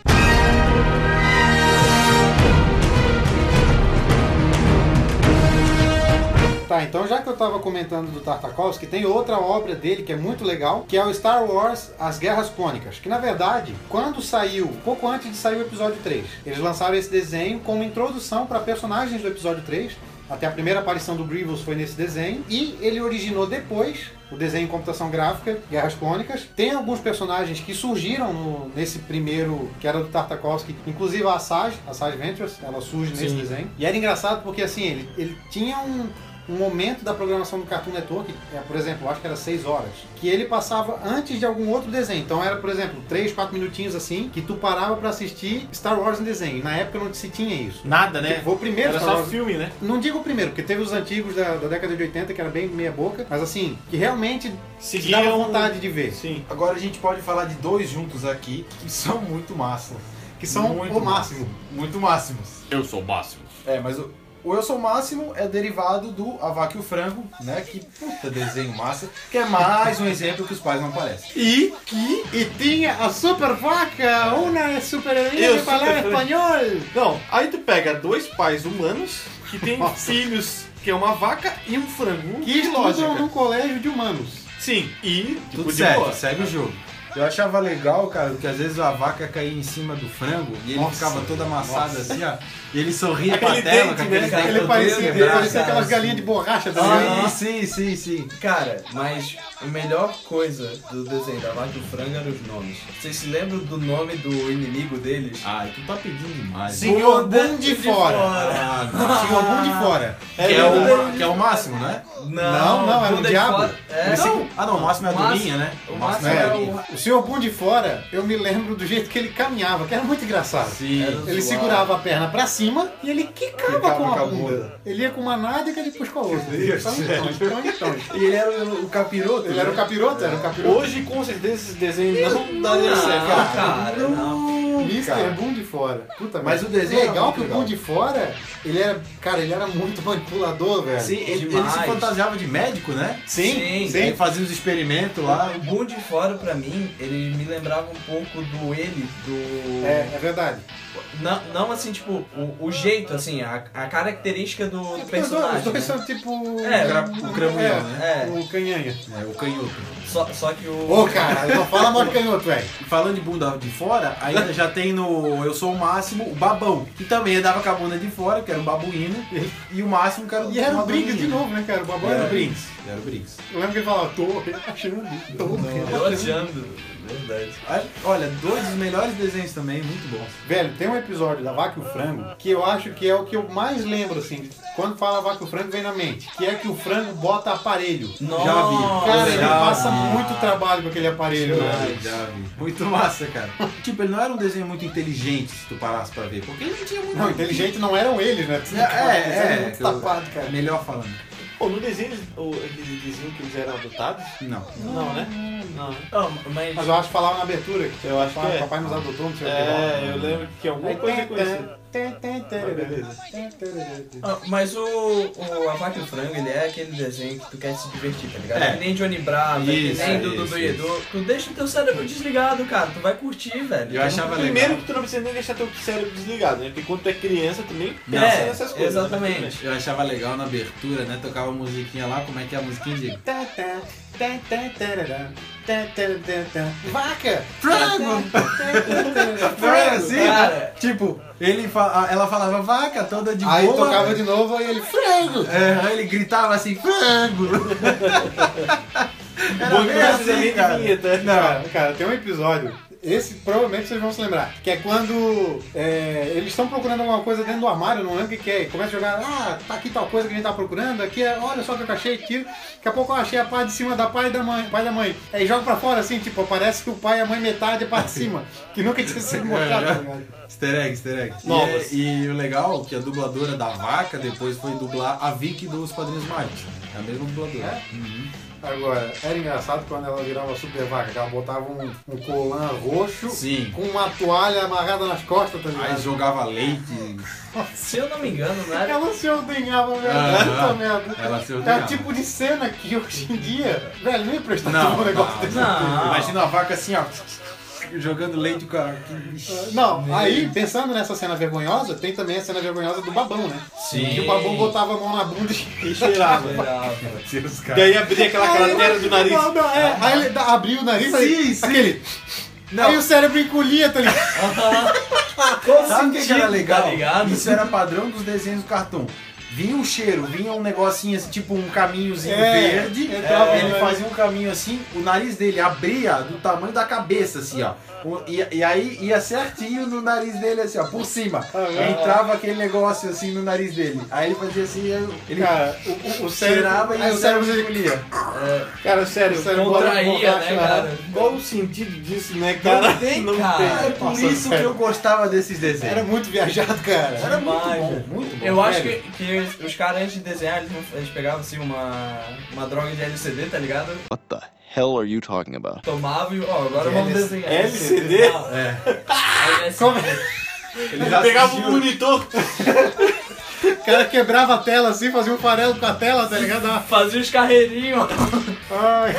Tá, então já que eu tava comentando do Tartakovsky, tem outra obra dele que é muito legal, que é o Star Wars As Guerras Clônicas, que na verdade, quando saiu, pouco antes de sair o episódio 3, eles lançaram esse desenho como introdução para personagens do episódio 3. Até a primeira aparição do Grievous foi nesse desenho, e ele originou depois o desenho em computação gráfica, Guerras Clônicas. Tem alguns personagens que surgiram no- nesse primeiro, que era do Tartakovsky, inclusive a Asajj, a Asajj Ventress, ela surge nesse Sim. desenho. E era engraçado porque, assim, ele, ele tinha um, um momento da programação do Cartoon Network, é, por exemplo, eu acho que era 6 horas, que ele passava antes de algum outro desenho. Então era, por exemplo, 3, 4 minutinhos assim, que tu parava pra assistir Star Wars em desenho. Na época não se tinha isso. Nada, né? Foi o primeiro Era Star só Wars filme, né? não digo o primeiro, porque teve os antigos da, da década de 80, que era bem meia boca, mas assim, que realmente te Seguia dava um- vontade de ver. Sim. agora a gente pode falar de dois juntos aqui que são muito massa. Que são Muito o máximo. Muito máximos. Eu sou o máximo. É, mas o, o Eu Sou Máximo é derivado do A Vaca e o Frango, né? Que puta desenho massa. Que é mais um exemplo que os pais não aparecem. Tipo E que. E tinha a super vaca, uma super heroína Eu que falava super- espanhol. Não, aí tu pega dois pais humanos que tem Nossa. filhos, que é uma vaca e um frango. Que né? estudam lógica. num colégio de humanos. Sim, e Tudo de certo, boa. segue o jogo. Eu achava legal, cara, que às vezes a vaca caía em cima do frango e ele Nossa, ficava todo amassado assim, ó. E ele sorria pra Aquele tela dente, com né, aquele cara? dente. Ele eu parecia, tenho ele graça, parecia aquelas assim. galinhas de borracha tá da Ah. Sim, sim, sim, sim. Cara, mas a melhor coisa do desenho da Vaca e o Frango eram os nomes. Vocês se lembram do nome do inimigo deles? Ai, tu tá pedindo demais. Sim. Senhor Bum de Fora. Ah, não. Tinha o bum de fora. que, é o, que é o máximo, né? Não, Não, não, era um Bunda de diabo. Fora- É, Esse- não. Ah, não, o máximo é a O máximo- durinha, né? o máximo a é o- durinha. O senhor bum de fora, eu me lembro do jeito que ele caminhava, que era muito engraçado. Sim. Ele segurava a perna pra cima e ele quicava, Quicava com com a a bunda. bunda. Ele ia com uma nádega e depois com a outra. Deus, Então, então, então, então. E ele era o, o capiroto. Ele era o né? capiroto? Era o capiroto. Hoje, com certeza, esses desenhos não daria é certo. Não, cara, não. Mr. cara. Boom de fora. Puta, Mas merda. o desenho era legal muito que o legal. Boom de fora, ele era, cara, ele era muito manipulador, velho. Sim, ele, ele Demais. se fantasiava de médico, né? Sim, Sim. Ele fazia os experimentos lá. O Boom de Fora, pra mim, ele me lembrava um pouco do ele, do... É, é verdade. Não, não assim, tipo, o, o jeito, assim, a, a característica do, do Os dois, os personagem. dois né? são tipo. É, o gra- o cramunhão, né? É, o canhanha. É, o canhoto. Só, só que o... Ô, cara, não fala mal de canhoto, velho. E falando de bunda de fora, ainda já já tem no Eu Sou o Máximo o Babão, que também andava com a bunda de fora, que era um babuíno, e o Máximo que era o E era uma o Briggs de doninha. novo, né, cara? O babão era o Briggs. Era o Briggs. Eu lembro que ele falava, tô relaxando, tô Eu relaxando. achando, verdade. Ah, Olha, dois dos melhores desenhos também, muito bons. Velho, tem um episódio da Vaca e o Frango que eu acho que é o que eu mais lembro, assim, de- quando fala Vaca e o Frango vem na mente, que é que o frango bota aparelho. Já vi. Cara, ele já passa vi. muito trabalho com aquele aparelho, né? Ai, já vi. Muito massa, cara. tipo, ele não era um desenho muito inteligente, se tu parasse pra ver, porque ele não tinha muito... Não, inteligente não eram eles, né? É, é, Eles é. eram muito tapado, cara. Melhor falando. Pô, no desenho, eles- o, aquele desenho que eles eram adotados? Não. Não, né? Não. Ah, mas Mas eu acho que falava na abertura que Eu acho que papai, é. papai nos adotou, não sei o que. É, eu lembro que tinha alguma coisa com isso. Ah, Mas o, o A Vaca e o Frango, ele é aquele desenho que tu quer se divertir, tá ligado? É. Que nem Johnny Bravo, que Isso, nem isso, Dudu e isso. Edu. Tu deixa o teu cérebro desligado, cara. Tu vai curtir, velho. Eu achava legal. Primeiro que tu não precisa nem deixar teu cérebro desligado, né? Porque quando tu é criança, tu nem pensa É, nessas coisas. exatamente. né? Eu achava legal na abertura, né? Tocava a musiquinha lá, como é que é a musiquinha de... Vaca! Frango! Frango, Frango! assim, Cara. Tipo, ele fa- ela falava vaca toda de Aí boa. tocava de novo, aí ele, frango! É, aí ele gritava assim, frango! Bom, que bem não precisa assim, nem cara. de vinheta. Cara, cara, tem um episódio. Esse provavelmente vocês vão se lembrar. Que é quando é, eles estão procurando alguma coisa dentro do armário, não lembro o que, que é. e Começa a jogar, ah, tá aqui tal coisa que a gente tá procurando, aqui é, olha só o que eu achei, tiro. Daqui a pouco eu achei a parte de cima da pai e da mãe, pai e da mãe. Aí joga pra fora assim, tipo, parece que o pai e a mãe metade é parte de cima. Que nunca tinha sido mostrado, tá ligado? Easter egg, easter egg. Novas. E, e o legal é que a dubladora da vaca depois foi dublar a Vicky dos Padrinhos Mágicos. É a mesma dubladora. Agora, era engraçado quando ela virava super vaca, que ela botava um, um colã roxo Sim. com uma toalha amarrada nas costas, tá Aí ligado? jogava leite. Se eu não me engano, não era. Ela se ordenhava, né? velho. Aham. Puta merda. Ela se É ordenhava. o tipo de cena que hoje em dia, velho, não ia prestar Não, atenção um negócio não, desse. Não. Imagina a vaca assim, ó. Jogando leite com a. Não, aí, pensando nessa cena vergonhosa, tem também a cena vergonhosa do babão, né? Sim. Que o babão botava a mão na bunda e. E cheirava. Esperava. Seus caras. Daí abria aquela cratera do nariz. Não, não, é. Aí ele da- abriu o nariz aí. Sim, sim. Aquele. Aí o cérebro encolhia, tá ligado? Sabe o que, que era legal? Tá ligado? Isso era padrão dos desenhos do cartão. Vinha um cheiro, vinha um negocinho assim, tipo um caminhozinho É, verde. entrava no ele nariz. fazia um caminho assim, o nariz dele abria do tamanho da cabeça, assim, ó. O- E, e aí ia certinho no nariz dele, assim, ó, por cima. Entrava aquele negócio assim no nariz dele. Aí ele fazia assim, eu- ele Cara, o, o- o cérebro. cheirava e aí o cérebro engolia. Cara, sério, O cérebro Contraía, né, cara? Qual o sentido disso, né, cara? Não tem, cara. É tem. por Nossa, isso que sério. eu gostava desses desenhos. Era muito viajado, cara. Era muito demais, bom, velho. muito bom. Eu acho velho. que, que os- os caras antes de desenhar, eles, não- eles pegavam assim uma, uma droga de LCD, tá ligado? What the hell are you talking about? Tomava e, ó, agora vamos LC- desenhar. LCD? É. Aí, assim, Ele já Pegava assistiu- o monitor. O cara quebrava a tela assim, fazia um farelo com a tela, tá ligado? Dava- Fazia os carreirinhos. Ai,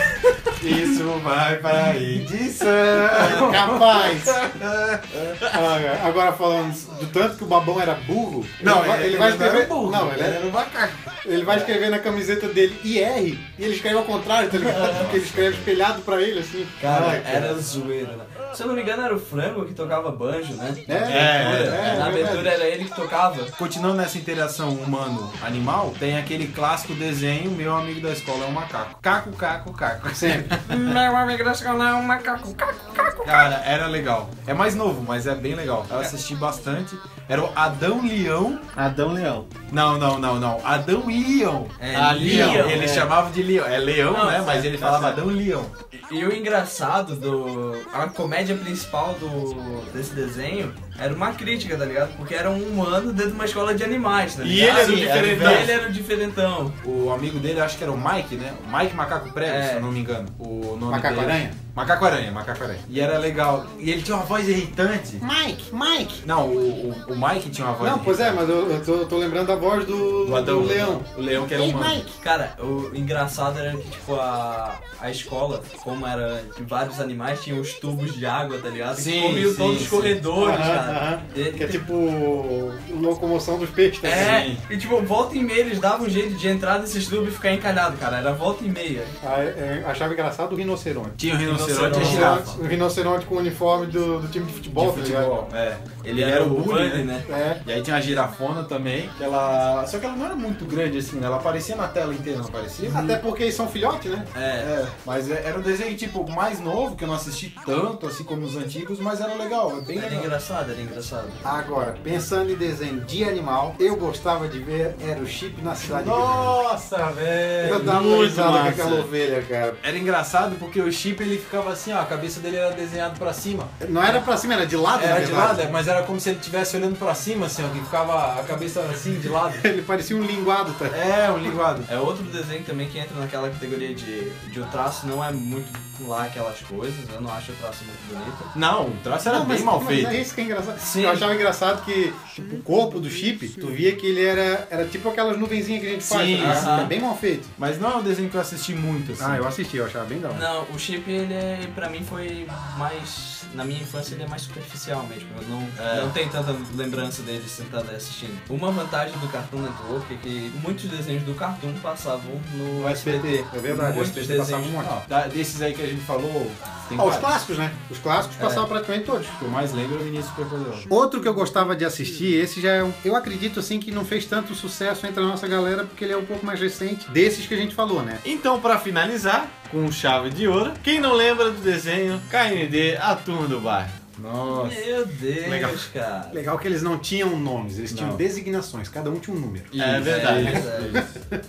Isso vai para edição. É, capaz. é. Ah, Agora falando do tanto que o babão era burro, Não, ele, vai- ele vai escrever. era burro. não, ele, era- um macaco. ele vai escrever na camiseta dele IR e ele escreve ao contrário, tá ligado? Porque ele escreve espelhado pra ele, assim. Cara, Ai, era zoeira, né? Se eu não me engano, era o Frango que tocava banjo, né? É, é, é Na verdade. abertura era ele que tocava. Continuando nessa interação humano-animal, tem aquele clássico desenho Meu Amigo da Escola é um Macaco. Caco, caco, caco. Sempre. Meu amigo da escola é um macaco. Cara, era legal. É mais novo, mas é bem legal. Eu assisti bastante. Era o Adão Leão. Adão Leão. Não, não, não, não. Adão Leão. É, Ah, Leão, Ele é. chamava de Leão. É Leão, Não, né? certo, Mas ele tá falava certo. Adão Leão. E o engraçado do. A comédia principal do, desse desenho era uma crítica, tá ligado? Porque era um humano dentro de uma escola de animais, tá E ligado? ele era o Sim, diferentão. E ele era o diferentão. O amigo dele, acho que era o Mike, né? O Mike Macaco Prego, É. se eu não me engano. O nome Macaco dele. Aranha? Macaco Aranha, Macaco Aranha. E era legal. E ele tinha uma voz irritante. Mike, Mike! Não, o, o- o Mike tinha uma voz Não, pois é, irritante. mas eu, eu tô, eu tô lembrando da voz do, O Adão. do Então, leão. O leão que era humano. um Cara, o engraçado era que, tipo, a, a escola, como era de vários animais, tinha os tubos de água, tá ligado? Sim, que comiam sim, todos os sim. corredores, Aham, sabe? Ele- Que é tipo locomoção dos peixes, tá É, ligado? e tipo, volta e meia eles davam um jeito de entrar nesses tubos e ficar encalhado, cara. Era volta e meia. Ah, eu Achava engraçado o rinoceronte. é Tinha o rinoceronte e a Rinoceronte. girafa. O rinoceronte com o uniforme do, do time de futebol, De tá ligado? futebol, é. Ele era o bully, Bunny, né? É. E aí tinha a girafona também, que ela. Só que ela não era muito grande assim, né? Ela aparecia na tela inteira, não aparecia? Até porque eles são filhote, né? É. É, mas é- era um desenho tipo mais novo, que eu não assisti tanto assim como os antigos, mas era legal, é bem Era legal. engraçado, era engraçado. Agora, pensando em desenho de animal, eu gostava de ver era o chip na cidade Nossa, grande. Eu velho! dava uma muito risada com massa. aquela ovelha, cara. Era engraçado porque o chip ele ficava assim, ó, a cabeça dele era desenhada pra cima. Não era pra cima, era de lado, na Era de Ah, verdade. lado, é, mas era como se ele estivesse olhando pra cima, assim, ó, que ficava a cabeça assim de lado. Ele parecia um linguado, tá? É, um linguado. É outro desenho também que entra naquela categoria de, de o traço não é muito lá aquelas coisas, eu não acho o traço muito bonito. Não, o traço era Não, bem mas- mal mas feito. É isso que é engraçado. Sim. Eu achava engraçado que tipo, o corpo do chip, tu via que ele era, era tipo aquelas nuvenzinhas que a gente faz. Sim, tá ligado? aham. É bem mal feito. Mas não é um desenho que eu assisti muito, assim. Ah, eu assisti, eu achava bem da hora. Não, o chip ele é, pra mim foi mais. Na minha infância ele é mais superficial mesmo. Eu não, não tenho tanta lembrança dele sentado aí assistindo. Uma vantagem do Cartoon Network é que muitos desenhos do Cartoon passavam no O SBT, é verdade, o Muitos SBT passava um desenhos. monte. Ó, da- desses aí que a gente falou, tem Ah, os vários. clássicos, né? Os clássicos passavam praticamente todos. O que eu mais lembro é o Vinícius Superpoderoso. Outro que eu gostava de assistir, esse já é um, eu acredito assim que não fez tanto sucesso entre a nossa galera porque ele é um pouco mais recente desses que a gente falou, né? Então, pra finalizar, com chave de ouro, quem não lembra do desenho KND A Turma do Bairro? Nossa. Meu Deus, Legal. cara. Legal que eles não tinham nomes, eles tinham Não. designações, cada um tinha um número. É verdade.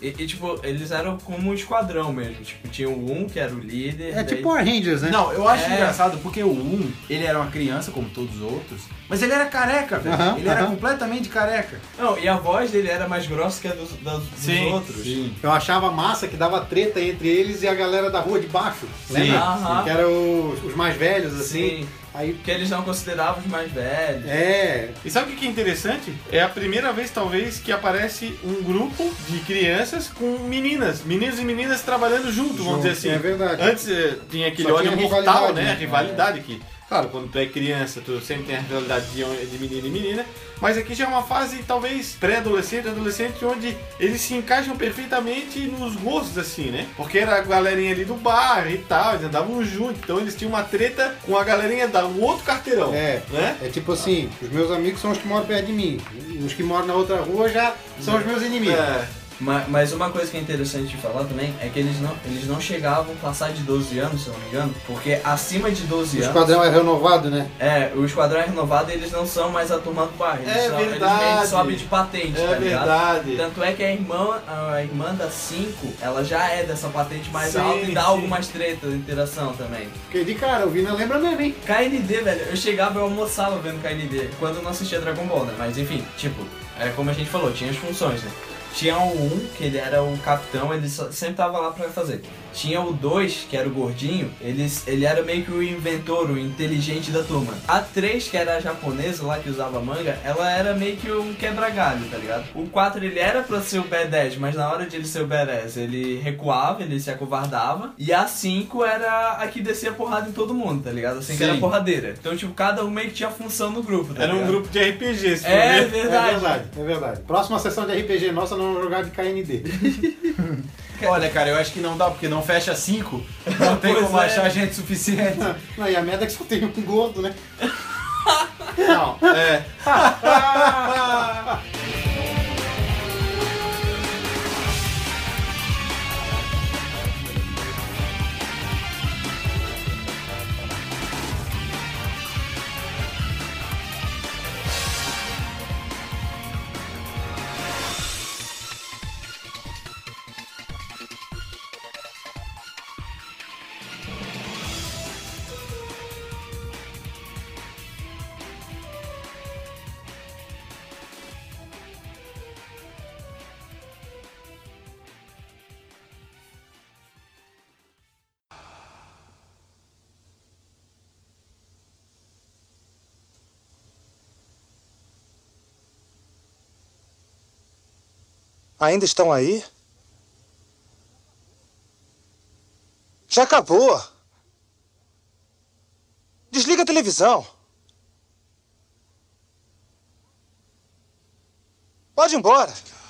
E, e, tipo, eles eram como um esquadrão mesmo. Tipo, tinha o um que era o líder. É daí- tipo Power Rangers, né? Não, eu acho É. engraçado porque o 1, ele era uma criança, como todos os outros, mas ele era careca, velho. Aham, ele era aham. completamente careca. Não, e a voz dele era mais grossa que a dos, da- dos Sim, outros. Sim. Eu achava massa que dava treta entre eles e a galera da rua de baixo, lembra? Aham. Que eram os, os mais velhos, assim. Sim. Aí, Porque eles não consideravam os mais velhos. é, E sabe o que que é interessante? É a primeira vez, talvez, que aparece um grupo de crianças com meninas. Meninos e meninas trabalhando junto, vamos dizer assim. É verdade. Antes eh, tinha aquele Só ódio tinha mortal, rivalidade, né? né? A rivalidade que, claro, quando tu é criança, tu sempre tem a rivalidade de hom- de menino e menina. Mas aqui já é uma fase, talvez, pré-adolescente, adolescente, onde eles se encaixam perfeitamente nos gostos, assim, né? Porque era a galerinha ali do bar e tal, eles andavam juntos. Então eles tinham uma treta com a galerinha da- do outro carteirão, É. né? É tipo assim, os meus amigos são os que moram perto de mim. e Os que moram na outra rua já são os meus inimigos. É. Ma- Mas, uma coisa que é interessante de falar também é que eles não, eles não chegavam a passar de 12 anos, se eu não me engano. Porque acima de 12 O anos. esquadrão é renovado, né? É, o esquadrão é renovado e eles não são mais a turma do bairro. Eles É são, Eles meio que verdade. sobem de patente, É tá ligado? verdade. Tanto é que a irmã, a irmã da 5, ela já é dessa patente mais Sim, alta e dá sim. algumas tretas de interação também. Porque de cara, o Vina lembra mesmo, hein? KND, velho, eu chegava e almoçava vendo KND, quando eu não assistia Dragon Ball, né? Mas enfim, tipo, é como a gente falou, tinha as funções, né? Tinha o 1, que ele era o capitão, ele só- sempre tava lá pra fazer. Tinha o 2, que era o gordinho, ele, ele era meio que o inventor, o inteligente da turma. A 3, que era a japonesa lá que usava manga, ela era meio que um quebra-galho, tá ligado? O 4, ele era pra ser o B10, mas na hora de ele ser o B10, ele recuava, ele se acovardava. E a 5 era a que descia porrada em todo mundo, tá ligado? Assim, que Sim. era porradeira. Então, tipo, cada um meio que tinha função no grupo, tá Era um ligado? grupo de RPG, se for É ver. É verdade. verdade, é verdade. Próxima sessão de RPG nossa, não vamos jogar de KND. Olha, cara, eu acho que não dá, porque não fecha 5. Não tem Pois como é. achar gente suficiente. Não, e a merda é que só tem um gordo, né? Não, é. Ainda estão aí? Já acabou. Desliga a televisão. Pode ir embora.